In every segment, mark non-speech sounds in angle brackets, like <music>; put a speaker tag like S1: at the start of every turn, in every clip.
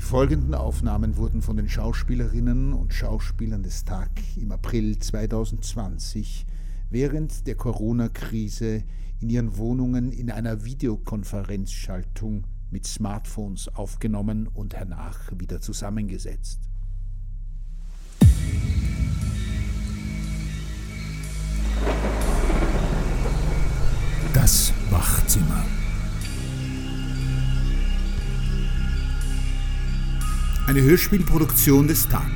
S1: folgenden Aufnahmen wurden von den Schauspielerinnen und Schauspielern des TAG im April 2020 während der Corona-Krise in ihren Wohnungen in einer Videokonferenzschaltung mit Smartphones aufgenommen und hernach wieder zusammengesetzt.
S2: Das Wachzimmer.
S1: Eine Hörspielproduktion des TAG,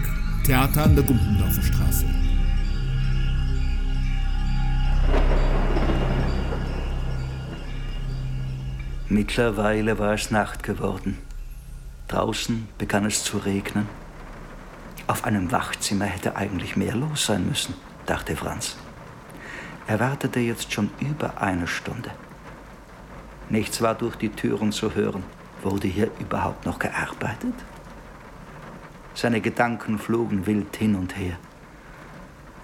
S1: Theater an der Gumpendorfer Straße.
S3: Mittlerweile war es Nacht geworden. Draußen begann es zu regnen. Auf einem Wachzimmer hätte eigentlich mehr los sein müssen, dachte Franz. Er wartete jetzt schon über eine Stunde. Nichts war durch die Türen zu hören. Wurde hier überhaupt noch gearbeitet? Seine Gedanken flogen wild hin und her.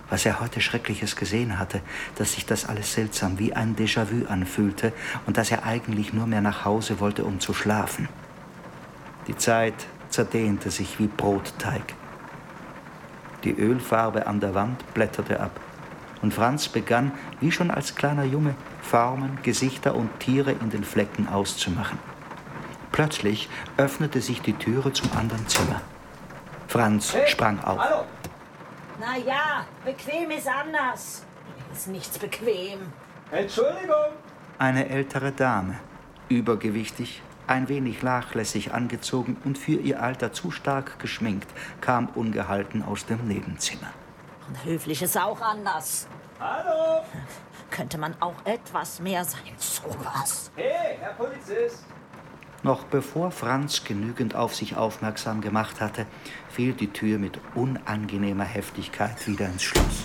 S3: Was er heute Schreckliches gesehen hatte, dass sich das alles seltsam wie ein Déjà-vu anfühlte und dass er eigentlich nur mehr nach Hause wollte, um zu schlafen. Die Zeit zerdehnte sich wie Brotteig. Die Ölfarbe an der Wand blätterte ab und Franz begann, wie schon als kleiner Junge, Formen, Gesichter und Tiere in den Flecken auszumachen. Plötzlich öffnete sich die Türe zum anderen Zimmer. Franz
S4: Hey,
S3: sprang auf.
S4: Hallo.
S5: Na ja, bequem ist anders. Ist nichts bequem.
S4: Entschuldigung.
S3: Eine ältere Dame, übergewichtig, ein wenig nachlässig angezogen und für ihr Alter zu stark geschminkt, kam ungehalten aus dem Nebenzimmer.
S5: Und höflich ist auch anders.
S4: Hallo.
S5: Könnte man auch etwas mehr sein, sowas.
S4: Hey, Herr Polizist.
S3: Noch bevor Franz genügend auf sich aufmerksam gemacht hatte, fiel die Tür mit unangenehmer Heftigkeit wieder ins Schloss.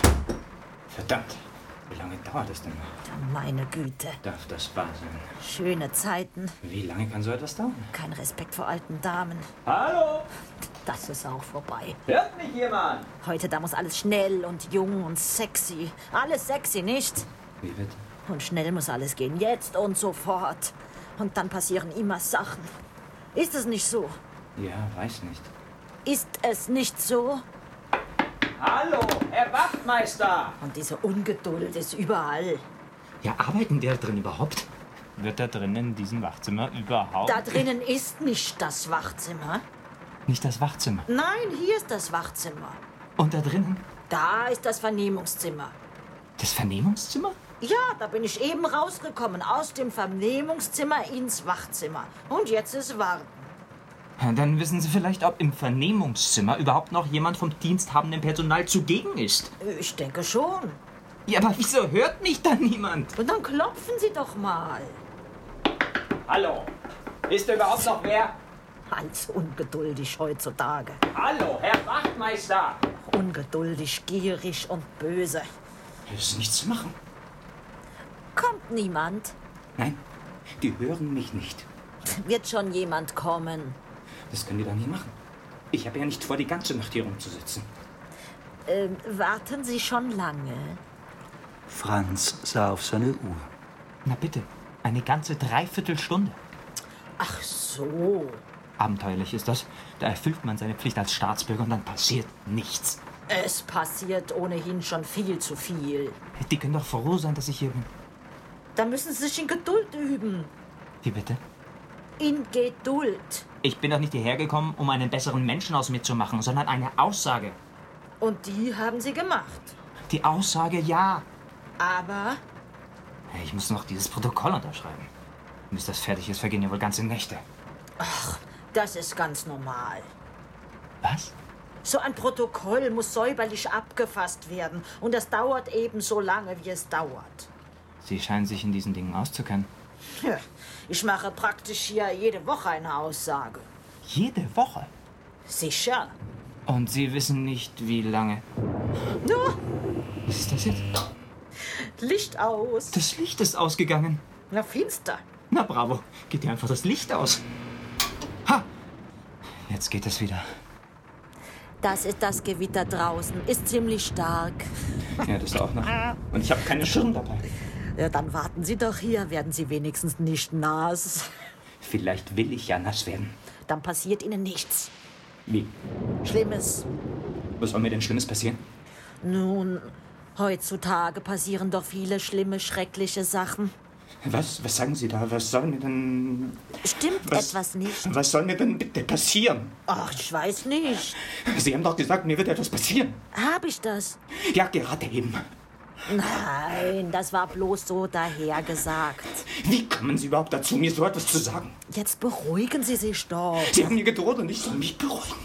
S4: Verdammt. Wie lange dauert das denn noch?
S5: Meine Güte,
S4: Darf das wahr sein?
S5: schöne Zeiten,
S4: Wie lange kann so etwas dauern?
S5: kein Respekt vor alten Damen.
S4: Hallo.
S5: Das ist auch vorbei.
S4: Hört mich jemand?
S5: Heute da muss alles schnell und jung und sexy. Alles sexy, nicht?
S4: Wie bitte?
S5: Und schnell muss alles gehen, jetzt und sofort. Und dann passieren immer Sachen. Ist es nicht so?
S4: Ja, weiß nicht.
S5: Ist es nicht so?
S4: Hallo, Herr Wachtmeister.
S5: Und diese Ungeduld ist überall.
S6: Ja, arbeiten der drin überhaupt?
S7: Wird da drinnen in diesem Wachzimmer überhaupt
S5: Da drinnen ist nicht das Wachzimmer.
S6: Nicht das Wachzimmer.
S5: Nein, hier ist das Wachzimmer.
S6: Und da drinnen?
S5: Da ist das Vernehmungszimmer.
S6: Das Vernehmungszimmer?
S5: Ja, da bin ich eben rausgekommen, aus dem Vernehmungszimmer ins Wachzimmer. Und jetzt ist warten.
S6: Ja, Dann wissen Sie vielleicht, ob im Vernehmungszimmer überhaupt noch jemand vom diensthabenden Personal zugegen ist.
S5: Ich denke schon.
S6: Ja, aber wieso hört mich dann niemand?
S5: Und dann klopfen Sie doch mal.
S4: Hallo. Ist da überhaupt noch wer?
S5: Als ungeduldig heutzutage.
S4: Hallo, Herr Wachtmeister.
S5: Ungeduldig, gierig und böse.
S6: Es ist nichts zu machen.
S5: Kommt niemand,
S6: Nein, die hören mich nicht.
S5: wird schon jemand kommen.
S6: Das können die doch nicht machen. Ich habe ja nicht vor, die ganze Nacht hier rumzusitzen.
S5: Ähm, warten Sie schon lange.
S3: Franz sah auf seine Uhr.
S6: Na bitte, eine ganze Dreiviertelstunde.
S5: Ach so.
S6: Abenteuerlich ist das. Da erfüllt man seine Pflicht als Staatsbürger und dann passiert nichts.
S5: Es passiert ohnehin schon viel zu viel.
S6: Die können doch froh sein, dass ich hier bin.
S5: Da müssen Sie sich in Geduld üben.
S6: Wie bitte?
S5: In Geduld.
S6: Ich bin doch nicht hierher gekommen, um einen besseren Menschen aus mir zu machen, sondern eine Aussage.
S5: Und die haben Sie gemacht.
S6: Die Aussage ja.
S5: Aber
S6: Ich muss noch dieses Protokoll unterschreiben. Bis das fertig ist, vergehen ja wohl ganze Nächte.
S5: das ist ganz normal.
S6: Was?
S5: So ein Protokoll muss säuberlich abgefasst werden. Und das dauert eben so lange, wie es dauert.
S6: Sie scheinen sich in diesen Dingen auszukennen.
S5: Ja, Ich mache praktisch hier jede Woche eine Aussage.
S6: Jede Woche.
S5: Sicher.
S6: Und Sie wissen nicht, wie lange.
S5: Nur
S6: Was ist das jetzt?
S5: Licht aus.
S6: Das Licht ist ausgegangen.
S5: Na, finster.
S6: Na bravo, geht dir einfach das Licht aus. Ha! Jetzt geht es wieder.
S5: Das ist das Gewitter draußen. Ist ziemlich stark.
S6: Ja, das auch noch. Ah. Und ich habe keine Schirm dabei.
S5: Ja, dann warten Sie doch hier. Werden Sie wenigstens nicht nass.
S6: Vielleicht will ich ja nass werden.
S5: dann passiert Ihnen nichts.
S6: Wie?
S5: Schlimmes.
S6: Was soll mir denn Schlimmes passieren?
S5: Nun, heutzutage passieren doch viele schlimme, schreckliche Sachen.
S6: Was? Was sagen Sie da? Was soll mir denn.
S5: Stimmt
S6: Was?
S5: etwas nicht?
S6: Was soll mir denn bitte passieren?
S5: Ach, ich weiß nicht.
S6: Sie haben doch gesagt, mir wird etwas passieren.
S5: Habe ich das?
S6: Ja, gerade eben.
S5: Nein, das war bloß so dahergesagt.
S6: Wie kommen Sie überhaupt dazu, mir so etwas zu sagen?
S5: Jetzt beruhigen Sie sich doch.
S6: Sie haben mir gedroht und ich soll mich beruhigen.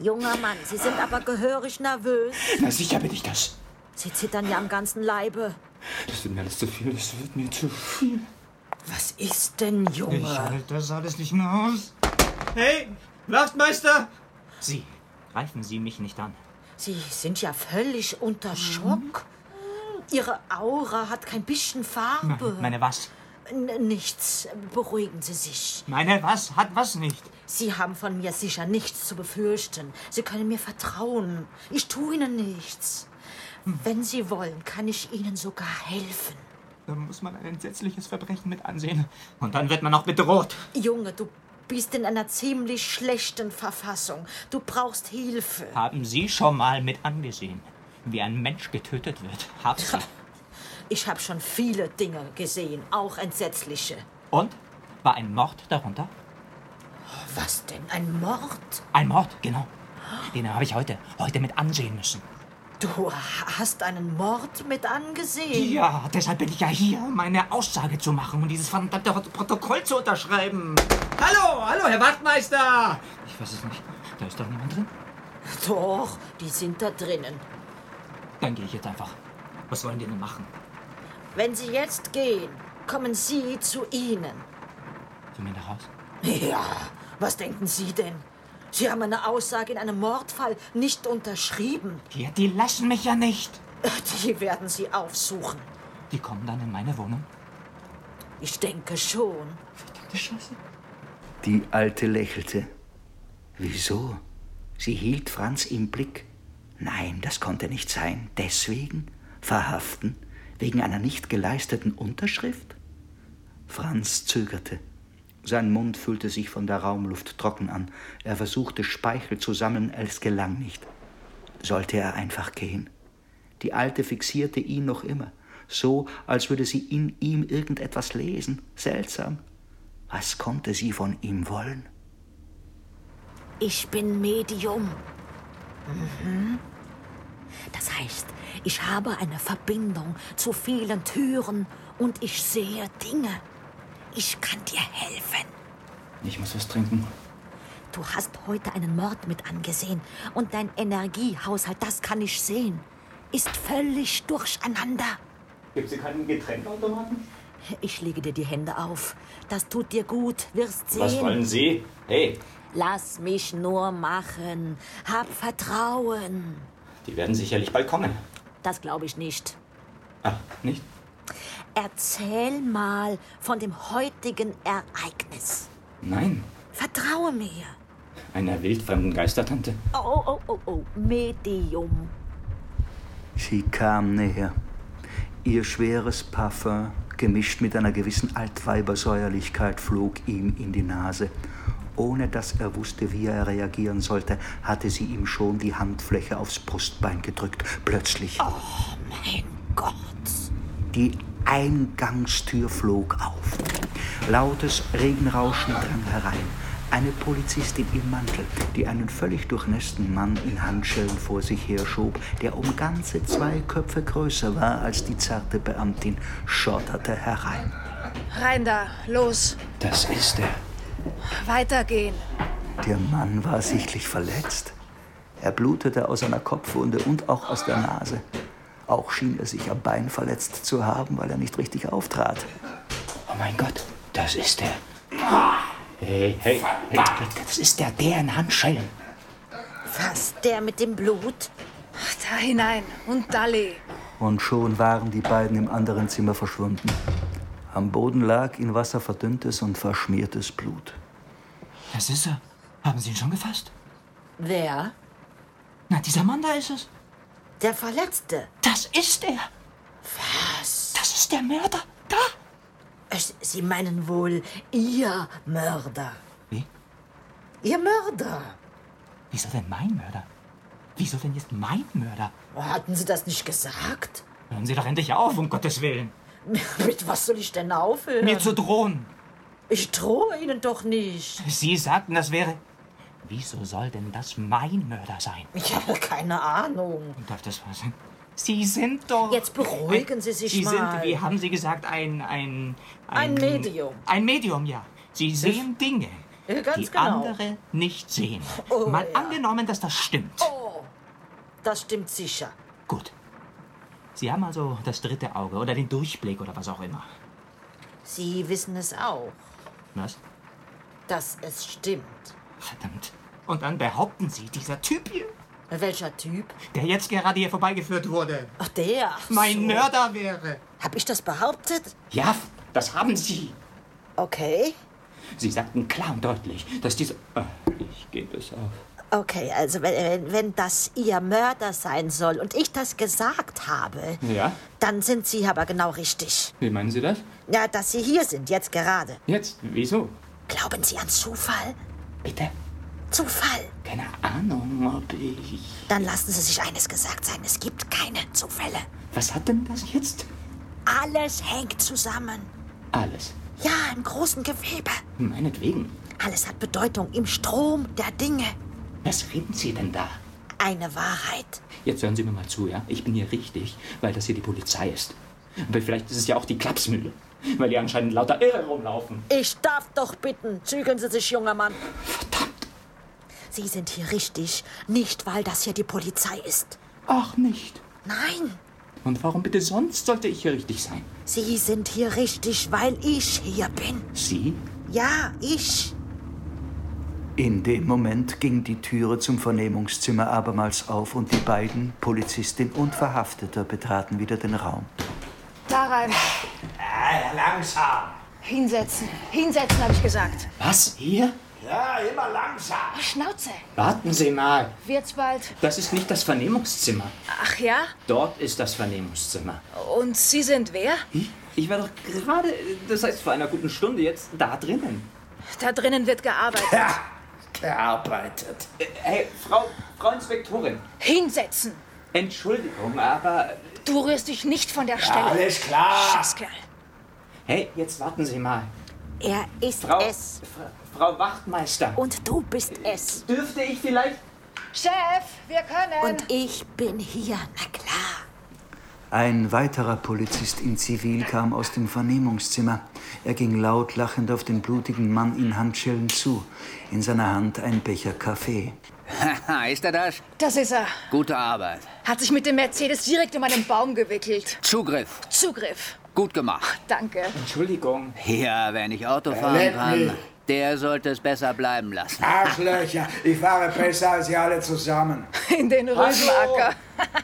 S5: Junger Mann, Sie sind aber gehörig nervös.
S6: Na, sicher bin ich das.
S5: Sie zittern ja am ganzen Leibe.
S6: Das wird mir alles zu viel, das wird mir zu viel.
S5: Was ist denn, Junge?
S7: das alles nicht mehr aus. Hey, Wachtmeister! Sie, greifen Sie mich nicht an.
S5: Sie sind ja völlig unter Schock. Ihre Aura hat kein bisschen Farbe.
S7: Meine was?
S5: N nichts. Beruhigen Sie sich.
S7: Meine was hat was nicht.
S5: Sie haben von mir sicher nichts zu befürchten. Sie können mir vertrauen. Ich tue Ihnen nichts. Wenn Sie wollen, kann ich Ihnen sogar helfen.
S7: Da muss man ein entsetzliches Verbrechen mit ansehen. Und dann wird man auch bedroht.
S5: Junge, du bist in einer ziemlich schlechten Verfassung. Du brauchst Hilfe.
S7: Haben Sie schon mal mit angesehen, wie ein Mensch getötet wird? Haben Sie.
S5: Ich habe schon viele Dinge gesehen, auch entsetzliche.
S7: Und? War ein Mord darunter?
S5: Was denn? Ein Mord?
S7: Ein Mord, genau. Den habe ich heute, heute mit ansehen müssen.
S5: Du hast einen Mord mit angesehen.
S7: Ja, deshalb bin ich ja hier, um meine Aussage zu machen und dieses verdammte Protokoll zu unterschreiben. Hallo, hallo, Herr Wachtmeister! Ich weiß es nicht. Da ist doch niemand drin.
S5: Doch, die sind da drinnen.
S7: Dann gehe ich jetzt einfach. Was wollen die denn machen?
S5: Wenn sie jetzt gehen, kommen sie zu ihnen.
S7: Für mich nach Haus?
S5: Ja, was denken Sie denn? Sie haben eine Aussage in einem Mordfall nicht unterschrieben.
S7: Ja, die lassen mich ja nicht.
S5: Die werden Sie aufsuchen.
S7: Die kommen dann in meine Wohnung.
S5: Ich denke schon.
S7: Verdammte Scheiße.
S3: Die Alte lächelte. Wieso? Sie hielt Franz im Blick. Nein, das konnte nicht sein. Deswegen? Verhaften? Wegen einer nicht geleisteten Unterschrift? Franz zögerte. Sein Mund fühlte sich von der Raumluft trocken an. Er versuchte Speichel zu sammeln, es gelang nicht. Sollte er einfach gehen? Die Alte fixierte ihn noch immer, so als würde sie in ihm irgendetwas lesen. Seltsam. Was konnte sie von ihm wollen?
S2: Ich bin Medium. Mhm. Das heißt, ich habe eine Verbindung zu vielen Türen und ich sehe Dinge. Ich kann dir helfen.
S6: Ich muss was trinken.
S2: Du hast heute einen Mord mit angesehen und dein Energiehaushalt, das kann ich sehen, ist völlig durcheinander.
S6: Gibt es keinen Getränkeautomaten?
S2: Ich lege dir die Hände auf. Das tut dir gut, wirst sehen.
S6: Was wollen Sie? Hey,
S2: Lass mich nur machen. Hab Vertrauen.
S6: die werden sicherlich bald kommen.
S2: Das glaube ich nicht.
S6: Ah, nicht?
S2: Erzähl mal von dem heutigen Ereignis.
S6: Nein.
S2: Vertraue mir.
S6: Einer wildfremden Geistertante.
S2: Oh, oh, oh, oh, oh. Medium.
S3: Sie kam näher. Ihr schweres Parfum, gemischt mit einer gewissen Altweibersäuerlichkeit, flog ihm in die Nase. Ohne dass er wusste, wie er reagieren sollte, hatte sie ihm schon die Handfläche aufs Brustbein gedrückt. Plötzlich.
S2: Mein Gott.
S3: Die Eingangstür flog auf. Lautes Regenrauschen drang herein. Eine Polizistin im Mantel, die einen völlig durchnässten Mann in Handschellen vor sich herschob, der um ganze zwei Köpfe größer war als die zarte Beamtin, schotterte herein.
S8: Rein da, los,
S3: Das ist er.
S8: weitergehen.
S3: Der Mann war sichtlich verletzt. Er blutete aus einer Kopfwunde und auch aus der Nase. Auch schien er sich am Bein verletzt zu haben, weil er nicht richtig auftrat.
S6: Oh mein Gott, das ist er. Hey, hey, hey. Das ist der, der in Handschellen.
S5: Was? Der mit dem Blut?
S8: Da hinein und Dalli.
S3: Und schon waren die beiden im anderen Zimmer verschwunden. Am Boden lag in Wasser verdünntes und verschmiertes Blut.
S7: Das ist er. Haben Sie ihn schon gefasst?
S5: Wer?
S7: Na, dieser Mann da ist es.
S5: Der Verletzte.
S7: Das ist er.
S5: Was?
S7: Das ist der Mörder. Da.
S5: Es- Sie meinen wohl Ihr Mörder.
S7: Wie?
S5: Ihr Mörder.
S9: Wieso denn mein Mörder? Wieso denn jetzt mein Mörder?
S5: Hatten Sie das nicht gesagt? <laughs>
S9: Hören Sie doch endlich auf, um Gottes Willen.
S5: Mit was soll ich denn aufhören?
S9: Mir zu drohen.
S5: ich drohe Ihnen doch nicht.
S9: Sie sagten, das wäre. Wieso soll denn das mein Mörder sein?
S5: Ich habe keine Ahnung.
S9: Darf das wahr sein? Sie sind doch.
S5: Jetzt beruhigen Sie sich
S9: Sie
S5: mal.
S9: sind, wie haben Sie gesagt, ein. Ein,
S5: Ein Medium.
S9: Ein Medium, ja. Sie sehen Dinge,
S5: Ja, ganz
S9: die
S5: genau.
S9: andere nicht sehen.
S5: Oh,
S9: Mal
S5: ja. Oh.
S9: angenommen, dass das stimmt.
S5: Das stimmt sicher.
S9: Gut. Sie haben also das dritte Auge oder den Durchblick oder was auch immer.
S5: Sie wissen es auch,
S9: Was?
S5: dass es stimmt.
S9: Verdammt. Und dann behaupten Sie, dieser Typ hier,
S5: Welcher Typ?
S9: der jetzt gerade hier vorbeigeführt wurde,
S5: Ach, der. Ach
S9: mein
S5: so.
S9: Mörder wäre.
S5: Hab ich das behauptet?
S9: Ja, das haben Sie.
S5: Okay.
S6: Sie sagten klar und deutlich, dass diese. Ah, Ich gebe es auf.
S5: Okay, also wenn- wenn, wenn das Ihr Mörder sein soll und ich das gesagt habe,
S6: Ja?
S5: dann sind Sie aber genau richtig.
S6: Wie meinen Sie das?
S5: Ja, dass Sie hier sind, jetzt gerade.
S6: Jetzt? Wieso?
S5: Glauben Sie an Zufall?
S6: Bitte?
S5: Zufall.
S6: Keine Ahnung, ob ich.
S5: Dann lassen Sie sich eines gesagt sein. Es gibt keine Zufälle.
S6: Was hat denn das jetzt?
S5: Alles hängt zusammen.
S6: Alles.
S5: Ja, im großen Gewebe.
S6: Meinetwegen.
S5: Alles hat Bedeutung im Strom der Dinge.
S6: Was reden Sie denn da?
S5: Eine Wahrheit.
S6: Jetzt hören Sie mir mal zu, ja? Ich bin hier richtig, weil das hier die Polizei ist. Aber vielleicht ist es ja auch die Klapsmühle, weil hier anscheinend lauter Irre rumlaufen.
S5: Ich darf doch bitten. Zügeln Sie sich, junger Mann.
S6: Verdammt!
S5: Sie sind hier richtig. Nicht, weil das hier die Polizei ist.
S6: Ach nicht!
S5: Nein,
S6: Und warum bitte sonst sollte ich hier richtig sein?
S5: Sie sind hier richtig, weil ich hier bin.
S6: Sie?
S5: Ja, ich.
S3: In dem Moment ging die Türe zum Vernehmungszimmer abermals auf und die beiden, Polizistin und Verhafteter, betraten wieder den Raum.
S8: Da rein.
S10: Ja, Äh, langsam.
S8: Hinsetzen. Hinsetzen, habe ich gesagt.
S6: Was? Hier?
S10: Ja, immer langsam.
S8: Schnauze.
S6: Warten Sie mal!
S8: Wird's bald.
S6: Das ist nicht das Vernehmungszimmer.
S8: Ach ja?
S6: Dort ist das Vernehmungszimmer.
S8: Und Sie sind wer?
S6: Ich war doch gerade, das heißt vor einer guten Stunde jetzt, da drinnen.
S8: Da drinnen wird gearbeitet.
S10: Ja, gearbeitet.
S6: Äh, Hey, Frau, Frau Inspektorin,
S8: Hinsetzen.
S6: Entschuldigung, aber
S8: Du rührst dich nicht von der Stelle.
S10: Alles klar.
S8: Scheißkerl.
S6: hey, jetzt warten Sie mal.
S11: Er ist
S6: Frau,
S11: es.
S6: Fra- Frau Wachtmeister,
S11: Und du bist es.
S6: dürfte ich vielleicht...
S8: Chef, wir können.
S11: Und ich bin hier. Na klar.
S3: Ein weiterer Polizist in Zivil kam aus dem Vernehmungszimmer. Er ging laut lachend auf den blutigen Mann in Handschellen zu, in seiner Hand ein Becher Kaffee.
S12: Haha, ist er das?
S8: das ist er.
S12: Gute Arbeit.
S8: Hat sich mit dem Mercedes direkt um einen Baum gewickelt.
S12: Zugriff.
S8: Zugriff.
S12: Gut gemacht.
S8: Danke.
S6: Entschuldigung.
S12: Ja, wer nicht Auto fahren
S10: Erlebt
S12: kann,
S10: mich.
S12: der sollte es besser bleiben lassen.
S10: Ah. Arschlöcher, ich fahre besser als ihr alle zusammen.
S8: In den Rübenacker.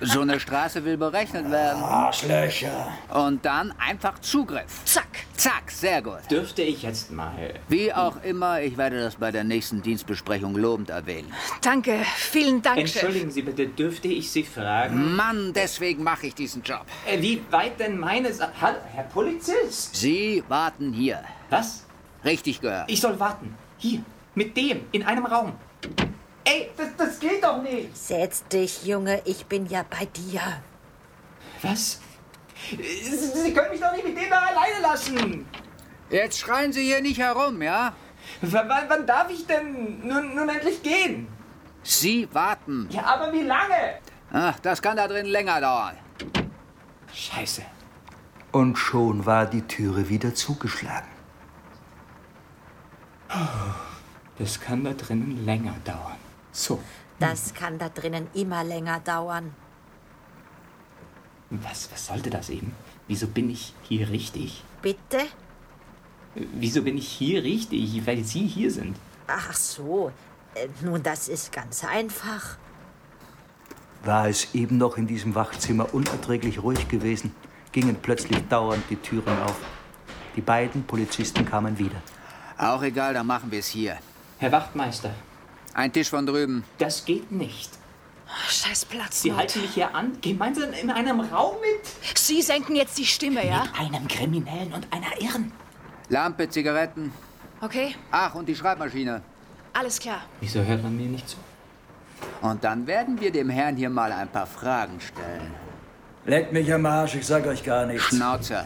S12: So eine Straße will berechnet werden.
S10: Arschlöcher.
S12: Und dann einfach Zugriff.
S8: Zack.
S12: Zack, sehr gut.
S6: Dürfte ich jetzt mal...
S12: Wie auch immer, ich werde das bei der nächsten Dienstbesprechung lobend erwähnen.
S8: Danke. Vielen Dank, Chef.
S6: Entschuldigen Sie bitte, dürfte ich Sie fragen,
S12: Mann, deswegen mache ich diesen Job.
S6: äh, wie weit denn meine... Sa Hallo, Herr Polizist?
S12: Sie warten hier.
S6: Was?
S12: Richtig gehört.
S6: Ich soll warten. Hier, mit dem, in einem Raum. Ey, das, das geht doch nicht.
S11: Setz dich, Junge. Ich bin ja bei dir.
S6: Was? Sie Sie können mich doch nicht mit dem da alleine lassen.
S12: Jetzt schreien Sie hier nicht herum, ja?
S6: W wann, wann darf ich denn nun, nun endlich gehen?
S12: Sie warten.
S6: Ja, aber wie lange?
S12: Ach, das kann da drin länger dauern.
S6: Scheiße.
S3: Und schon war die Türe wieder zugeschlagen.
S6: Das kann da drinnen länger dauern. So,
S11: Das kann da drinnen immer länger dauern.
S6: was, was sollte das eben? Wieso bin ich hier richtig?
S11: Bitte?
S6: Wieso bin ich hier richtig? Weil Sie hier sind.
S11: Ach so. Äh, Nun, das ist ganz einfach.
S3: War es eben noch in diesem Wachzimmer unerträglich ruhig gewesen, gingen plötzlich dauernd die Türen auf. Die beiden Polizisten kamen wieder.
S12: Auch egal, dann machen wir es hier.
S6: Herr Wachtmeister,
S12: Ein Tisch von drüben.
S6: das geht nicht.
S8: Ach, Scheiß Platz.
S6: Sie halten mich hier an, gemeinsam in einem Raum mit?
S8: Sie senken jetzt die Stimme, ja?
S6: Einem Kriminellen und einer Irren.
S12: Lampe, Zigaretten.
S8: Okay.
S12: Ach, und die Schreibmaschine.
S8: Alles klar.
S6: Wieso hört man mir nicht zu?
S12: Und dann werden wir dem Herrn hier mal ein paar Fragen stellen.
S3: Leckt mich am Arsch, ich sag euch gar nichts.
S12: Schnauze.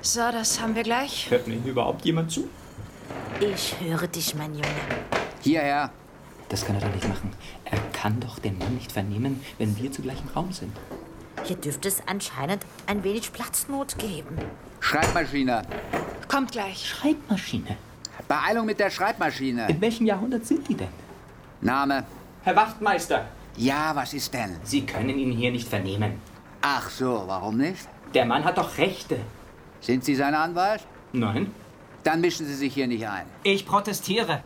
S8: So, das haben wir gleich.
S6: Hört mir hier überhaupt jemand zu?
S5: Ich höre dich, mein Junge.
S12: Hierher.
S6: Das kann er doch nicht machen. Er kann doch den Mann nicht vernehmen, wenn wir zugleich im Raum sind.
S5: Hier dürfte es anscheinend ein wenig Platznot geben.
S12: Schreibmaschine.
S8: Kommt gleich.
S6: Schreibmaschine?
S12: Beeilung mit der Schreibmaschine.
S6: In welchem Jahrhundert sind die denn?
S12: Name.
S13: Herr Wachtmeister,
S12: Ja, was ist denn?
S6: Sie können ihn hier nicht vernehmen.
S12: Ach so, warum nicht?
S6: Der Mann hat doch Rechte.
S12: Sind Sie sein Anwalt?
S6: Nein.
S12: Dann mischen Sie sich hier nicht ein. <laughs>
S13: ich protestiere.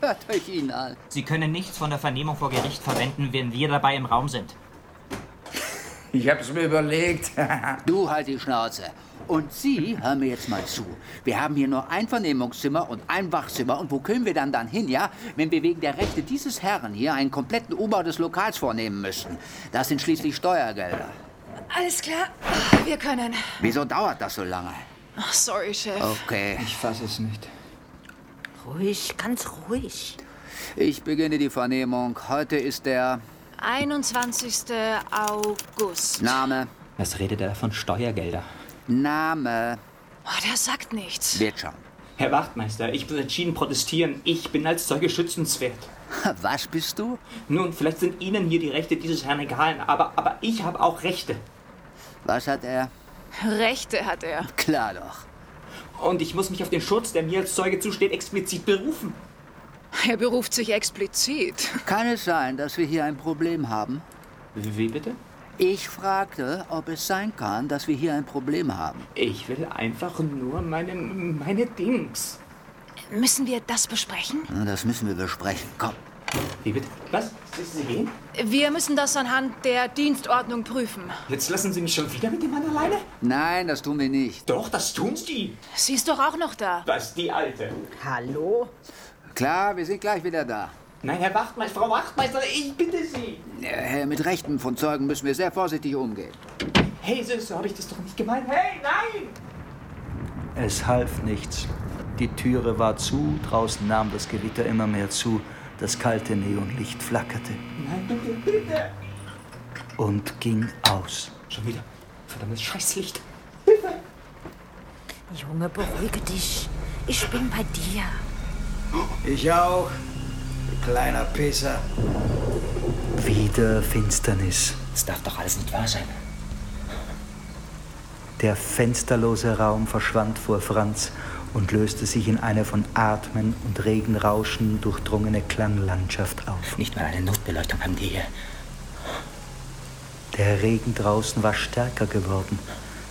S12: Hört euch ihn an.
S6: Sie können nichts von der Vernehmung vor Gericht verwenden, wenn wir dabei im Raum sind.
S10: Ich hab's mir <laughs> überlegt.
S12: Du halt die Schnauze. Und Sie hören mir jetzt mal zu. Wir haben hier nur ein Vernehmungszimmer und ein Wachzimmer. Und wo können wir dann dann hin, ja? Wenn wir wegen der Rechte dieses Herrn hier einen kompletten Umbau des Lokals vornehmen müssten. Das sind schließlich Steuergelder.
S8: Alles klar. Wir können.
S12: Wieso dauert das so lange?
S8: Ach, sorry, Chef.
S6: Oh.
S12: Okay,
S6: Ich fasse es nicht.
S5: Ruhig, ganz ruhig.
S12: ich beginne die Vernehmung. Heute ist der
S8: 21. August.
S12: Name,
S6: Was redet er von Steuergelder?
S12: Name,
S8: Oh, der sagt nichts.
S12: wird schon.
S6: Herr Wachtmeister, ich bin entschieden protestieren. Ich bin als Zeuge schützenswert.
S12: <laughs> Was bist du?
S6: Nun, vielleicht sind Ihnen hier die Rechte dieses Herrn egal, aber, aber ich habe auch Rechte.
S12: Was hat er?
S8: Rechte hat er.
S12: Klar doch.
S6: Und ich muss mich auf den Schutz, der mir als Zeuge zusteht, explizit berufen.
S8: Er beruft sich explizit.
S12: Kann es sein, dass wir hier ein Problem haben?
S6: Wie bitte?
S12: Ich fragte, ob es sein kann, dass wir hier ein Problem haben.
S6: Ich will einfach nur meine, meine Dings.
S8: Müssen wir das besprechen?
S12: Na, Das müssen wir besprechen. Komm.
S6: Wie bitte? Was? Sie gehen?
S8: Wir müssen das anhand der Dienstordnung prüfen.
S6: Jetzt lassen Sie mich schon wieder mit dem Mann alleine?
S12: Nein, das tun wir nicht.
S6: Doch, das tun Sie.
S8: Sie ist doch auch noch da.
S6: Was, die Alte?
S5: Hallo?
S12: Klar, wir sind gleich wieder da.
S6: Nein, Herr Wachtmeister, Frau Wachtmeister, ich bitte Sie.
S12: Äh, mit Rechten von Zeugen müssen wir sehr vorsichtig umgehen.
S6: Hey, so, so habe ich das doch nicht gemeint. Hey, nein!
S3: Es half nichts. Die Türe war zu, draußen nahm das Gewitter immer mehr zu, das kalte Neonlicht flackerte. Und ging aus.
S6: Schon wieder. Verdammtes Scheißlicht.
S5: Junge, beruhige dich. Ich bin bei dir.
S10: Ich auch. Kleiner Pisser.
S3: Wieder Finsternis.
S6: Das darf doch alles nicht wahr sein.
S3: Der fensterlose Raum verschwand vor Franz und löste sich in eine von Atmen und Regenrauschen durchdrungene Klanglandschaft auf.
S6: Nicht mal eine Notbeleuchtung haben die hier.
S3: Der Regen draußen war stärker geworden.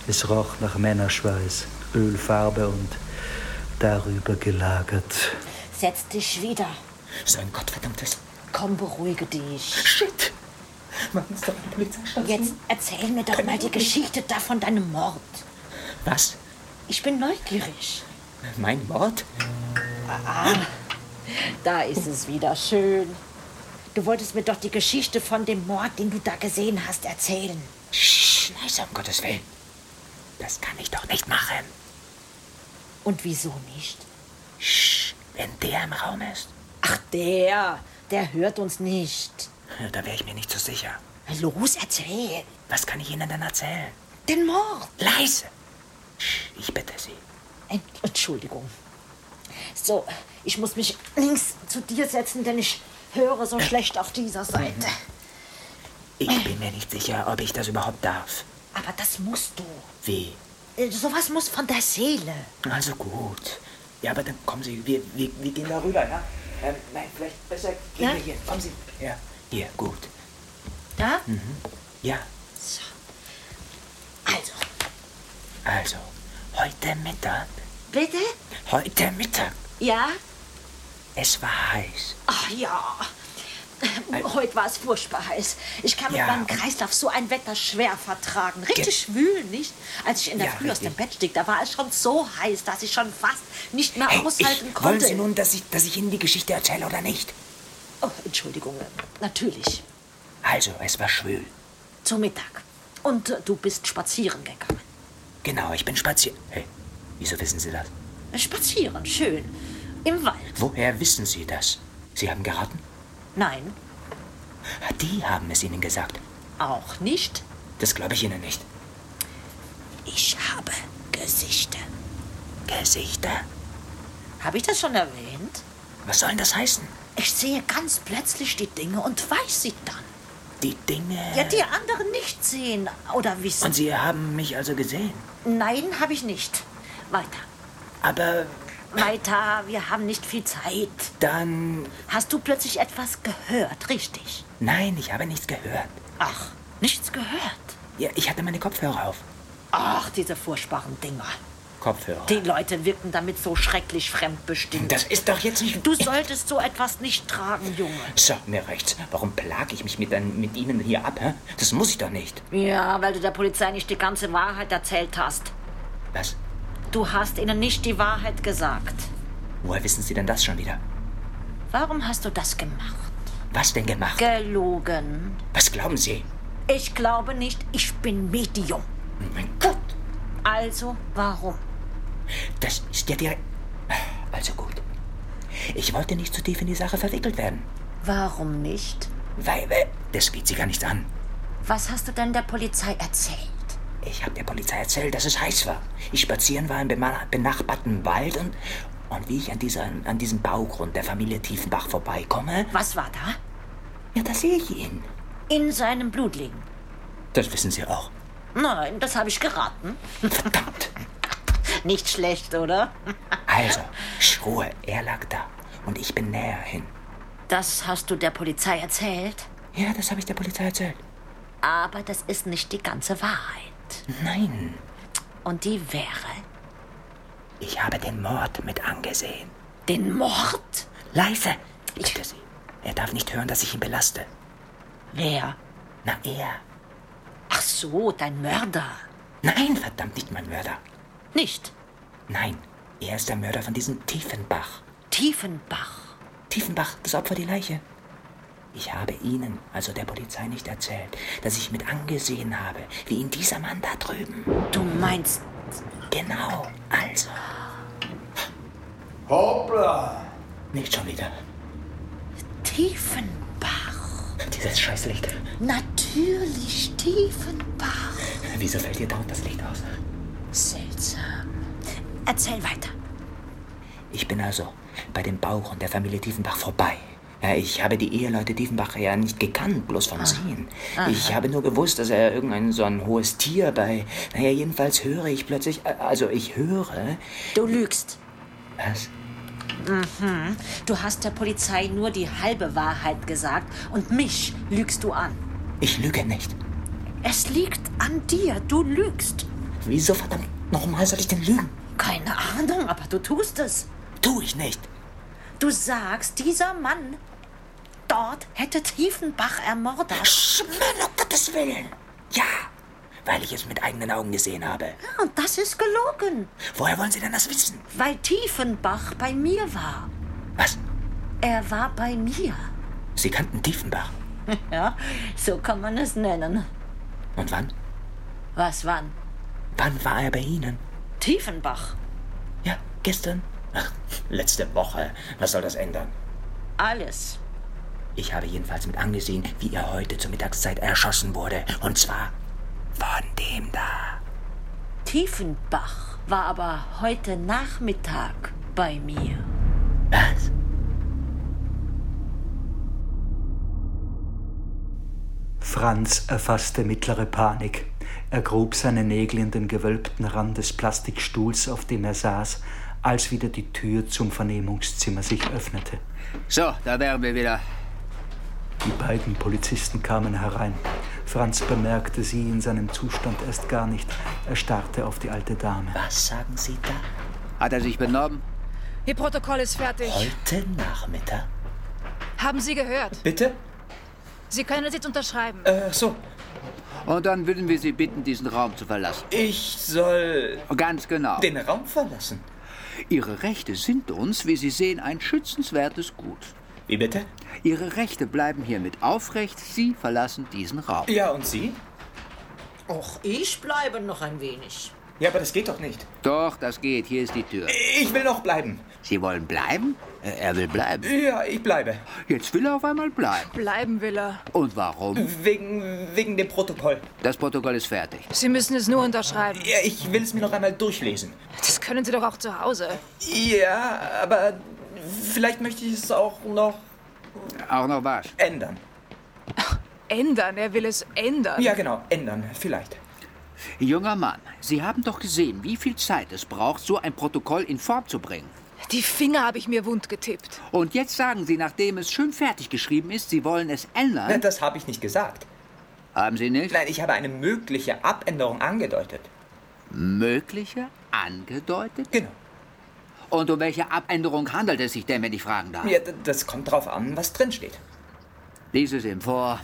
S3: Es roch nach Männerschweiß, Ölfarbe und darüber gelagert.
S5: Setz dich wieder.
S6: So ein gottverdammtes
S5: Komm, beruhige dich.
S6: Shit. Machen Sie doch eine Polizeistation.
S5: Jetzt erzähl mir doch mal die Geschichte da von deinem Mord.
S6: Was?
S5: Ich bin neugierig.
S6: Mein Mord?
S5: Da ist es wieder schön. Du wolltest mir doch die Geschichte von dem Mord, den du da gesehen hast, erzählen.
S6: Scheiße, um Gottes Willen. Das kann ich doch nicht machen.
S5: Und wieso nicht?
S6: Sch, wenn der im Raum ist, <laughs>
S5: Ach, der, der hört uns nicht.
S6: da wäre ich mir nicht so sicher.
S5: Los, erzähl.
S6: Was kann ich Ihnen denn erzählen?
S5: Den Mord.
S6: Leise. Sch, ich bitte Sie.
S5: Ent- Entschuldigung. So, ich muss mich links zu dir setzen, denn ich höre so schlecht auf dieser Seite.
S6: Ich bin mir nicht sicher, ob ich das überhaupt darf.
S5: Aber das musst du.
S6: Wie?
S5: Äh, Sowas muss von der Seele.
S6: Also gut. Ja, aber dann kommen Sie, wir, wir, wir gehen da rüber, ja? Ähm, nein, vielleicht besser gehen
S5: Ja?
S6: wir hier. Kommen Sie. Ja, hier, gut.
S5: Ja?
S6: Ja,
S5: Also,
S6: also, heute Mittag,
S5: bitte?
S6: heute Mittag,
S5: Ja?
S6: es war heiß.
S5: Ach ja. Ähm, Heute war es furchtbar heiß. Ich kann mit
S6: Ja,
S5: meinem
S6: und-
S5: Kreislauf so ein Wetter schwer vertragen. Richtig schwül, nicht? Als ich in der
S6: Ja,
S5: Früh aus dem
S6: richtig.
S5: Bett stieg, da war es schon so heiß, dass ich schon fast nicht mehr
S6: Hey,
S5: aushalten
S6: ich, wollen
S5: konnte.
S6: Sie nun, dass ich, dass ich Ihnen die Geschichte erzähle oder nicht?
S5: oh, Entschuldigung, natürlich.
S6: Also, es war schwül.
S5: Zum Mittag. Und äh, du bist spazieren gegangen.
S6: Genau, ich bin spazieren. Hey, wieso wissen Sie das?
S5: Spazieren, schön. Im Wald.
S6: Woher wissen Sie das? Sie haben geraten?
S5: Nein,
S6: Die haben es Ihnen gesagt.
S5: auch nicht.
S6: Das glaube ich Ihnen nicht.
S5: Ich habe Gesichter.
S6: Gesichter.
S5: Habe ich das schon erwähnt?
S6: Was soll denn das heißen?
S5: Ich sehe ganz plötzlich die Dinge und weiß sie dann.
S6: Die Dinge.
S5: Ja, die anderen nicht sehen oder wissen.
S6: Und Sie haben mich also gesehen.
S5: Nein, habe ich nicht. Weiter,
S6: Aber
S5: weiter, wir haben nicht viel Zeit.
S6: dann.
S5: Hast du plötzlich etwas gehört, richtig?
S6: Nein, ich habe nichts gehört.
S5: Ach, nichts gehört.
S6: Ja, ich hatte meine Kopfhörer auf.
S5: Ach, diese furchtbaren Dinger.
S6: Kopfhörer.
S5: Die Leute wirken damit so schrecklich fremdbestimmt.
S6: Das ist doch jetzt nicht.
S5: Du solltest so etwas nicht tragen, Junge.
S6: So, mir reicht's. Warum plage ich mich mit, dein- mit Ihnen hier ab, hä? Das muss ich doch nicht.
S5: Ja, weil du der Polizei nicht die ganze Wahrheit erzählt hast.
S6: Was?
S5: Du hast ihnen nicht die Wahrheit gesagt.
S6: Woher wissen Sie denn das schon wieder?
S5: Warum hast du das gemacht?
S6: Was denn gemacht?
S5: Gelogen.
S6: Was glauben Sie?
S5: Ich glaube nicht, ich bin Medium.
S6: Mein Gott,
S5: Also, warum?
S6: das ist ja direkt. Also gut. Ich wollte nicht zu tief in die Sache verwickelt werden.
S5: Warum nicht?
S6: Weil, äh, das geht Sie gar nichts an.
S5: Was hast du denn der Polizei erzählt?
S6: Ich habe der Polizei erzählt, dass es heiß war. Ich spazieren war im bema- benachbarten Wald und, und wie ich an, dieser, an diesem Baugrund der Familie Tiefenbach vorbeikomme,
S5: Was war da?
S6: ja, da sehe ich ihn.
S5: In seinem Blut liegen.
S6: Das wissen Sie auch.
S5: Nein, das habe ich geraten.
S6: Verdammt!
S5: Nicht schlecht, oder?
S6: Also, Ruhe, er lag da. Und ich bin näher hin.
S5: Das hast du der Polizei erzählt,
S6: Ja, das habe ich der Polizei erzählt.
S5: aber das ist nicht die ganze Wahrheit.
S6: Nein,
S5: Und die wäre
S6: ich habe den Mord mit angesehen.
S5: den Mord?
S6: Leise! Ich bitte Sie. Er darf nicht hören, dass ich ihn belaste.
S5: Wer?
S6: Na, er.
S5: Ach so, dein Mörder.
S6: Nein, verdammt nicht mein Mörder.
S5: Nicht
S6: Nein, er ist der Mörder von diesem Tiefenbach.
S5: Tiefenbach.
S6: Tiefenbach, das Opfer, die Leiche. Ich habe Ihnen, also der Polizei, nicht erzählt, dass ich mit angesehen habe, wie ihn dieser Mann da drüben.
S5: Du meinst,
S6: Genau, also.
S14: Hoppla!
S6: Nicht schon wieder.
S5: Tiefenbach.
S6: Dieses Scheißlicht.
S5: Natürlich Tiefenbach.
S6: Wieso fällt hier dauernd das Licht aus?
S5: Seltsam. Erzähl weiter.
S6: Ich bin also bei dem Bauch und der Familie Tiefenbach vorbei. Ja, ich habe die Eheleute Tiefenbach ja nicht gekannt, bloß vom Sehen. Ich habe nur gewusst, dass er irgendein so ein hohes Tier bei. Naja, jedenfalls höre ich plötzlich. äh, Also ich höre.
S5: Du lügst.
S6: Was?
S5: Du hast der Polizei nur die halbe Wahrheit gesagt und mich lügst du an.
S6: Ich lüge nicht.
S5: Es liegt an dir, du lügst.
S6: Wieso verdammt nochmal soll ich denn lügen?
S5: Keine Ahnung, aber du tust es.
S6: Tu ich nicht.
S5: Du sagst, dieser Mann dort hätte Tiefenbach ermordet.
S6: Schmarrn, um Gottes Willen! Ja! Weil ich es mit eigenen Augen gesehen habe.
S5: Und das ist gelogen,
S6: Woher wollen Sie denn das wissen?
S5: weil Tiefenbach bei mir war.
S6: Was?
S5: Er war bei mir.
S6: Sie kannten Tiefenbach.
S5: Ja, so kann man es nennen.
S6: Und wann?
S5: Was wann?
S6: Wann war er bei Ihnen?
S5: Tiefenbach.
S6: Ja, gestern. Ach, letzte Woche. Was soll das ändern?
S5: Alles.
S6: Ich habe jedenfalls mit angesehen, wie er heute zur Mittagszeit erschossen wurde. Und zwar von dem da.
S5: Tiefenbach war aber heute Nachmittag bei mir.
S6: Was?
S3: Franz erfasste mittlere Panik. Er grub seine Nägel in den gewölbten Rand des Plastikstuhls, auf dem er saß, als wieder die Tür zum Vernehmungszimmer sich öffnete.
S12: So, da wären wir wieder.
S3: Die beiden Polizisten kamen herein. Franz bemerkte sie in seinem Zustand erst gar nicht. Er starrte auf die alte Dame.
S6: Was sagen Sie da?
S12: Hat er sich benommen?
S8: Ihr Protokoll ist fertig.
S6: Heute Nachmittag?
S8: Haben Sie gehört?
S6: Bitte?
S8: Sie können es jetzt unterschreiben.
S6: Äh, so.
S12: Und dann würden wir Sie bitten, diesen Raum zu verlassen.
S6: Ich soll
S12: Ganz genau.
S6: den Raum verlassen.
S12: Ihre Rechte sind uns, wie Sie sehen, ein schützenswertes Gut.
S6: Wie bitte?
S12: Ihre Rechte bleiben hiermit aufrecht. Sie verlassen diesen Raum.
S6: Ja, und Sie?
S5: Och, ich bleibe noch ein wenig.
S6: Ja, aber das geht doch nicht.
S12: Doch, das geht. Hier ist die Tür.
S6: Ich will noch bleiben.
S12: Sie wollen bleiben? Äh, Er will bleiben.
S6: Ja, ich bleibe.
S12: Jetzt will er auf einmal bleiben.
S8: Bleiben will er.
S12: Und warum?
S6: Wegen, wegen dem Protokoll.
S12: Das Protokoll ist fertig.
S8: Sie müssen es nur unterschreiben.
S6: Ja, ich will es mir noch einmal durchlesen.
S8: Das können Sie doch auch zu Hause.
S6: Ja, aber vielleicht möchte ich es auch noch
S12: Auch noch was?
S6: ändern.
S8: Ändern, er will es ändern.
S6: Ja, genau, ändern, vielleicht.
S12: Junger Mann, Sie haben doch gesehen, wie viel Zeit es braucht, so ein Protokoll in Form zu bringen.
S8: Die Finger habe ich mir wund getippt.
S12: Und jetzt sagen Sie, nachdem es schön fertig geschrieben ist, Sie wollen es
S6: Na,
S12: ändern.
S6: Ne, das habe ich nicht gesagt.
S12: Haben Sie nicht?
S6: Nein, ich habe eine mögliche Abänderung angedeutet.
S12: Mögliche? Angedeutet?
S6: Genau.
S12: Und um welche Abänderung handelt es sich denn, wenn ich fragen darf?
S6: Ja, d- das kommt drauf an, was drin steht.
S12: Dieses im Vor.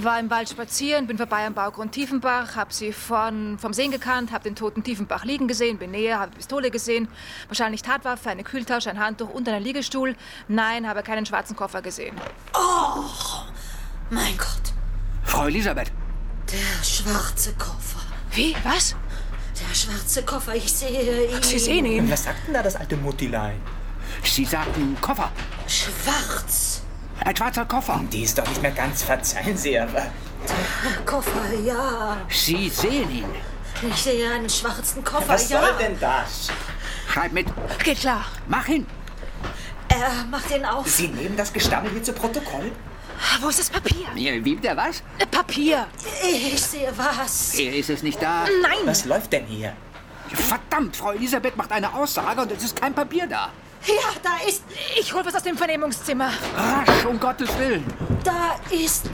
S8: War im Wald spazieren, bin vorbei am Baugrund Tiefenbach, hab sie von, vom Sehen gekannt, hab den toten Tiefenbach liegen gesehen, bin näher, habe Pistole gesehen, wahrscheinlich Tatwaffe, eine Kühltasche, ein Handtuch und einen Liegestuhl. Nein, habe keinen schwarzen Koffer gesehen.
S5: Mein Gott,
S12: Frau Elisabeth,
S5: der schwarze Koffer.
S8: Wie? Was?
S5: Der schwarze Koffer, ich sehe ihn.
S8: Sie sehen ihn.
S6: Was sagt denn da das alte Muttilein?
S12: Sie sagten Koffer.
S5: Schwarz.
S12: Ein schwarzer Koffer.
S6: Die ist doch nicht mehr ganz, verzeihen Sie, aber...
S5: Koffer, ja.
S12: Sie sehen ihn.
S5: Ich sehe einen schwarzen Koffer,
S6: Was
S5: ja.
S6: soll denn das?
S12: Schreib mit.
S8: Geht klar.
S12: Mach hin.
S5: Er macht ihn auf.
S6: Sie nehmen das Gestammel hier zu Protokoll?
S8: Wo ist das Papier?
S12: Ja, Wie der was?
S8: Äh, Papier.
S5: Ich sehe was.
S12: Er ist es nicht da.
S8: Nein.
S6: Was läuft denn hier?
S12: Verdammt, Frau Elisabeth macht eine Aussage und es ist kein Papier da.
S5: Ja, da ist,
S8: Ich hol was aus dem Vernehmungszimmer.
S12: Rasch, um Gottes Willen.
S5: da ist.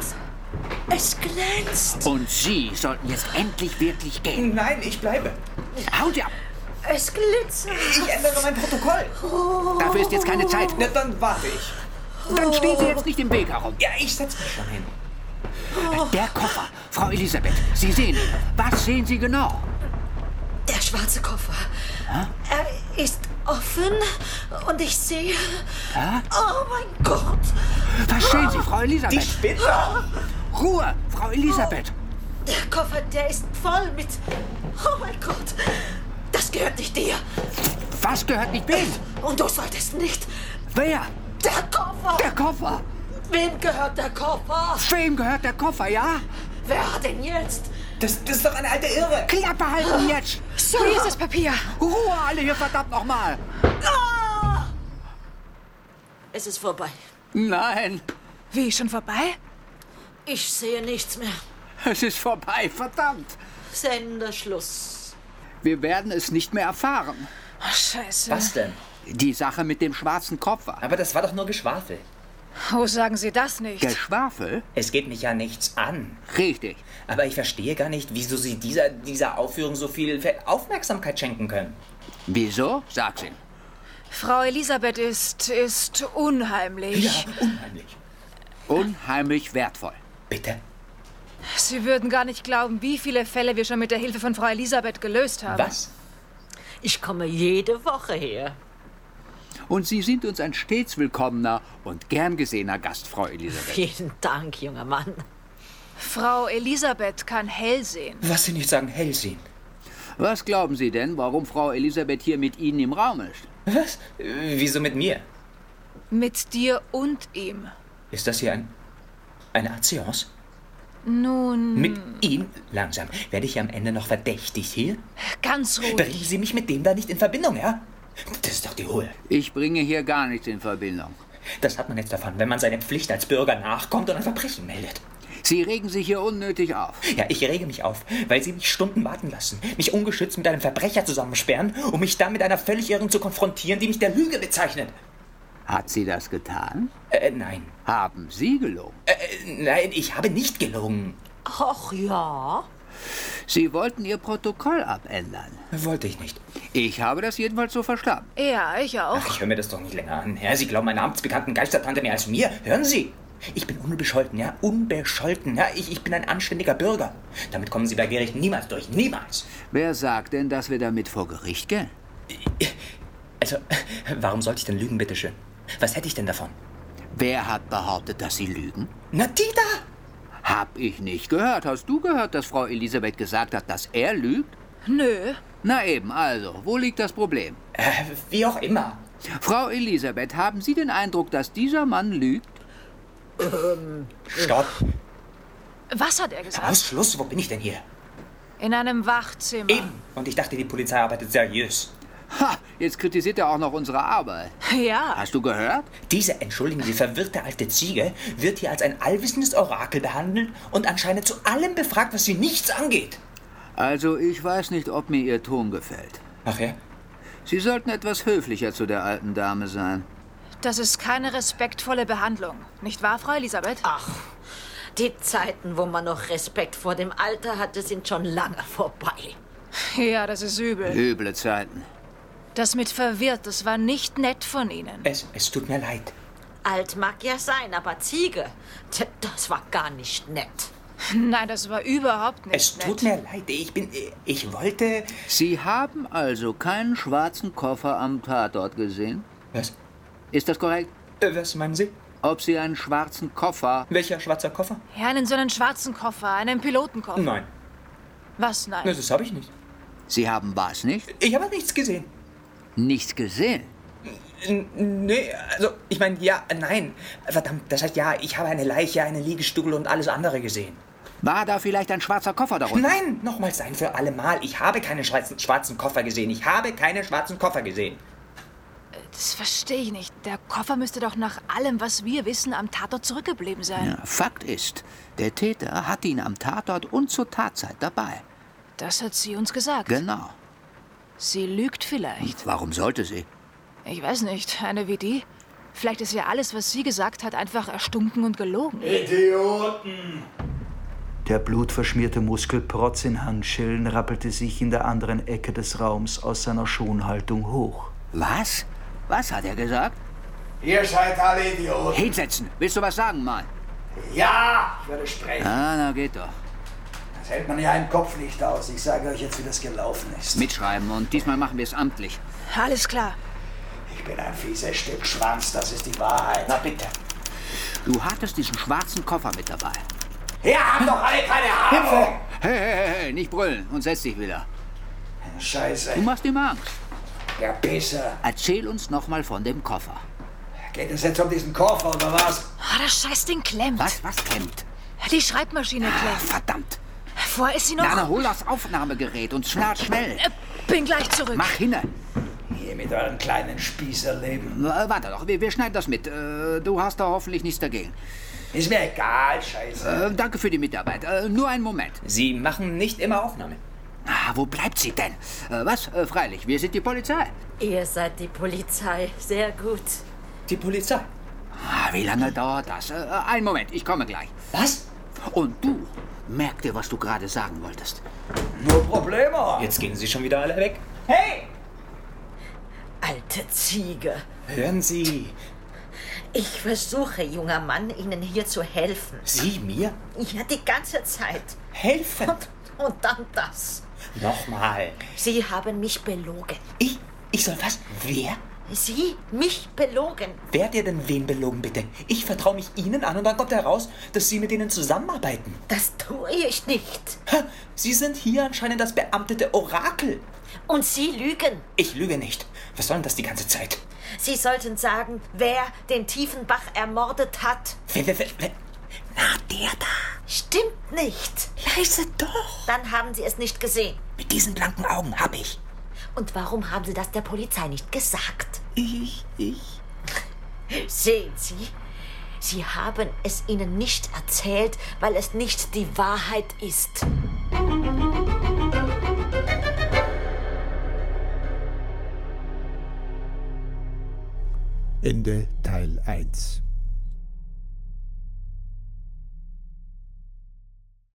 S5: Es glänzt.
S12: Und Sie sollten jetzt endlich wirklich gehen.
S6: Nein, ich bleibe.
S12: Haut ab.
S5: Es glitzert.
S6: Ich ändere mein Protokoll.
S12: Dafür ist jetzt keine Zeit.
S6: Na, dann warte ich.
S12: Dann stehen Sie jetzt nicht im Weg herum.
S6: Ja, ich setze mich schon hin.
S12: Der Koffer. Frau Elisabeth, Sie sehen ihn. Was sehen Sie genau?
S5: Der schwarze Koffer. Er ist offen und ich sehe. Oh mein Gott.
S12: Verstehen Sie, Frau
S6: Die
S12: Elisabeth?
S6: Spitze!
S12: Ruhe, Frau Elisabeth.
S5: Der Koffer, der ist voll mit. Oh mein Gott. Das gehört nicht dir.
S12: Was gehört nicht wem?
S5: Und du solltest nicht.
S12: Wer?
S5: Der Koffer.
S12: Der Koffer.
S5: Wem gehört der Koffer?
S12: Wem gehört der Koffer, ja?
S5: Wer hat ihn jetzt?
S6: Das, das ist doch eine alte Irre.
S12: Klappe halten jetzt.
S8: Wo ist das Papier?
S12: Ruhe alle hier, verdammt nochmal.
S5: Es ist vorbei.
S12: Nein,
S8: Wie, schon vorbei?
S5: Ich sehe nichts mehr.
S12: es ist vorbei, verdammt.
S5: Senderschluss.
S12: Wir werden es nicht mehr erfahren.
S8: Oh, scheiße.
S6: Was denn?
S12: Die Sache mit dem schwarzen Koffer.
S6: Aber das war doch nur Geschwafel.
S8: Oh, sagen Sie das nicht.
S12: Geschwafel?
S6: Es geht mich ja nichts an.
S12: Richtig.
S6: Aber ich verstehe gar nicht, wieso Sie dieser, dieser Aufführung so viel Ver- Aufmerksamkeit schenken können.
S12: Wieso? Sag's ihm.
S8: Frau Elisabeth ist, ist unheimlich.
S6: unheimlich.
S12: Unheimlich wertvoll.
S6: Bitte?
S8: Sie würden gar nicht glauben, wie viele Fälle wir schon mit der Hilfe von Frau Elisabeth gelöst haben.
S6: Was?
S2: Ich komme jede Woche her.
S12: Und Sie sind uns ein stets willkommener und gern gesehener Gast, Frau Elisabeth.
S2: Vielen Dank, junger Mann.
S8: Frau Elisabeth kann hell sehen.
S6: Was Sie nicht sagen, Hellsehen.
S12: Was glauben Sie denn, warum Frau Elisabeth hier mit Ihnen im Raum ist?
S6: Was? Äh, Wieso mit mir?
S8: Mit dir und ihm.
S6: Ist das hier ein. eine Art Seance?
S8: Nun,
S6: Mit ihm? Langsam. Werde ich am Ende noch verdächtig hier?
S8: ganz ruhig.
S6: Bringen Sie mich mit dem da nicht in Verbindung, ja? Das ist doch die Hohe.
S12: Ich bringe hier gar nichts in Verbindung.
S6: Das hat man jetzt davon, wenn man seiner Pflicht als Bürger nachkommt und ein Verbrechen meldet.
S12: Sie regen sich hier unnötig auf.
S6: Ja, ich rege mich auf, weil Sie mich Stunden warten lassen, mich ungeschützt mit einem Verbrecher zusammensperren, um mich dann mit einer völlig Irren zu konfrontieren, die mich der Lüge bezeichnet.
S12: Hat sie das getan?
S6: Äh, nein.
S12: Haben Sie gelogen?
S6: Äh, nein, ich habe nicht gelogen.
S2: Och ja.
S12: Sie wollten Ihr Protokoll abändern.
S6: Wollte ich nicht.
S12: Ich habe das jedenfalls so verstanden.
S8: Ja, ich auch.
S6: Ach, ich höre mir das doch nicht länger an. Ja, Sie glauben meiner amtsbekannten Geistertante mehr als mir. Hören Sie? Ich bin unbescholten, ja? Unbescholten, ja? Ich, ich bin ein anständiger Bürger. Damit kommen Sie bei Gericht niemals durch. Niemals.
S12: Wer sagt denn, dass wir damit vor Gericht gehen?
S6: Also, warum sollte ich denn lügen, bitteschön? Was hätte ich denn davon?
S12: Wer hat behauptet, dass Sie lügen?
S6: Na, die da!
S12: Hab ich nicht gehört. Hast du gehört, dass Frau Elisabeth gesagt hat, dass er lügt?
S8: Nö.
S12: Na eben, also, wo liegt das Problem?
S6: Äh, wie auch immer.
S12: Frau Elisabeth, haben Sie den Eindruck, dass dieser Mann lügt?
S6: Ähm. Stopp.
S8: Was hat er gesagt?
S6: Ausschluss, wo bin ich denn hier?
S8: In einem Wachzimmer.
S6: Eben. Und ich dachte, die Polizei arbeitet seriös.
S12: Ha, jetzt kritisiert er auch noch unsere Arbeit.
S8: Ja.
S12: Hast du gehört?
S6: Diese, entschuldigen Sie, verwirrte alte Ziege wird hier als ein allwissendes Orakel behandelt und anscheinend zu allem befragt, was sie nichts angeht.
S12: Also, ich weiß nicht, ob mir Ihr Ton gefällt.
S6: Ach ja?
S12: Sie sollten etwas höflicher zu der alten Dame sein.
S8: Das ist keine respektvolle Behandlung. Nicht wahr, Frau Elisabeth?
S6: Ah.
S5: Ach, die Zeiten, wo man noch Respekt vor dem Alter hatte, sind schon lange vorbei.
S8: Ja, das ist übel.
S6: Äh.
S12: Üble Zeiten.
S8: Das mit verwirrt, das war nicht nett von Ihnen.
S6: Es, es tut mir leid.
S5: Alt mag ja sein, aber Ziege, tja, das war gar nicht nett.
S8: Nein, das war überhaupt nicht
S6: es
S8: nett.
S6: Es tut mir leid, ich bin, ich wollte...
S12: Sie haben also keinen schwarzen Koffer am Tatort gesehen?
S6: Was? Äh,
S12: Ist das korrekt?
S6: Was meinen Sie?
S12: Ob Sie einen schwarzen Koffer...
S6: Welcher schwarzer Koffer?
S8: Ja, einen so einen schwarzen Koffer, einen Pilotenkoffer.
S6: Nein.
S8: Was nein?
S6: Das habe ich nicht.
S12: Sie haben was nicht?
S6: Ich habe nichts gesehen.
S12: Nichts gesehen?
S6: N nee, also ich meine, ja, nein. Verdammt, das heißt ja, ich habe eine Leiche, einen Liegestuhl und alles andere gesehen.
S12: War da vielleicht ein schwarzer Koffer darunter?
S6: Nein, nochmals ein für alle Mal. Ich habe keinen schwarzen, schwarzen Koffer gesehen. Ich habe keinen schwarzen Koffer gesehen.
S8: Das verstehe ich nicht. Der Koffer müsste doch nach allem, was wir wissen, am Tatort zurückgeblieben sein.
S12: Ja, Fakt ist, der Täter hatte ihn am Tatort und zur Tatzeit dabei.
S8: Das hat sie uns gesagt.
S12: Genau.
S8: Sie lügt vielleicht.
S12: Warum sollte sie? Hm.
S8: Ich weiß nicht, eine wie die. Vielleicht ist ja alles, was sie gesagt hat, einfach erstunken und gelogen.
S12: Äh.
S10: Idioten!
S3: Der blutverschmierte Muskelprotz in Handschellen rappelte sich in der anderen Ecke des Raums aus seiner Schonhaltung hoch.
S12: Was? Was hat er gesagt?
S10: Ihr seid alle Idioten.
S12: Hinsetzen. Willst du was sagen, Mann?
S10: Ja, ich würde sprechen.
S12: Ah, na geht doch.
S10: Das hält man ja im Kopf nicht aus. Ich sage euch jetzt, wie das gelaufen ist.
S12: Mitschreiben und diesmal machen wir es amtlich.
S8: Alles klar.
S10: Ich bin ein fieses Stück Schwanz, das ist die Wahrheit.
S6: Na bitte.
S12: Du hattest diesen schwarzen Koffer mit dabei.
S10: Ihr habt doch alle keine Ahnung.
S12: Hey, hey, hey, hey, nicht brüllen und setz dich wieder.
S10: Scheiße.
S12: Du machst ihm Angst.
S10: Der Pisser.
S12: Erzähl uns nochmal von dem Koffer.
S10: Geht es jetzt um diesen Koffer oder was?
S8: Oh, das Scheißding klemmt.
S12: Was, was klemmt?
S8: Die Schreibmaschine
S12: Ah,
S8: klemmt.
S12: verdammt.
S8: Vor ist sie noch.
S12: Na, na, hol das Aufnahmegerät und schnell, schnell.
S8: Äh, Bin gleich zurück.
S12: Mach hinne.
S10: Ihr mit eurem kleinen Spießerleben.
S12: Äh, Warte doch, wir, wir schneiden das mit. Äh, Du hast da hoffentlich nichts dagegen.
S10: Ist mir egal, Scheiße.
S12: Äh, Danke für die Mitarbeit. Äh, Nur einen Moment.
S6: Sie machen nicht immer Aufnahme.
S12: Ah, wo bleibt sie denn? Äh, Was? Äh, Freilich, wir sind die Polizei.
S5: Ihr seid die Polizei, sehr gut.
S6: Die Polizei.
S12: Ah, Wie lange dauert das? Äh, Einen Moment, ich komme gleich.
S6: Was?
S12: Und du, merk dir, was du gerade sagen wolltest.
S10: Nur Probleme.
S6: Jetzt gehen Sie schon wieder alle weg. Hey!
S5: Alte Ziege.
S6: Hören Sie.
S5: Ich versuche, junger Mann, Ihnen hier zu helfen.
S6: Sie mir?
S5: Ja, die ganze Zeit.
S6: Helfen?
S5: Und dann das.
S6: Nochmal.
S5: Sie haben mich belogen.
S6: Ich? Ich soll was? Wer?
S5: Sie mich belogen.
S6: Wer hat ihr denn wen belogen, bitte? Ich vertraue mich Ihnen an und dann kommt heraus, dass Sie mit denen zusammenarbeiten.
S5: Das tue ich nicht.
S6: Ha, Sie sind hier anscheinend das beamtete Orakel.
S5: Und Sie lügen.
S6: Ich lüge nicht. Was soll denn das die ganze Zeit?
S5: Sie sollten sagen, wer den Tiefenbach ermordet hat.
S6: Wer, wer, wer, wer? Na, der da.
S5: Stimmt nicht.
S6: Leise doch.
S5: Dann haben Sie es nicht gesehen.
S6: Mit diesen blanken Augen hab ich.
S5: Und warum haben Sie das der Polizei nicht gesagt?
S6: Ich, ich.
S5: Sehen Sie, Sie haben es ihnen nicht erzählt, weil es nicht die Wahrheit ist.
S1: Ende Teil 1.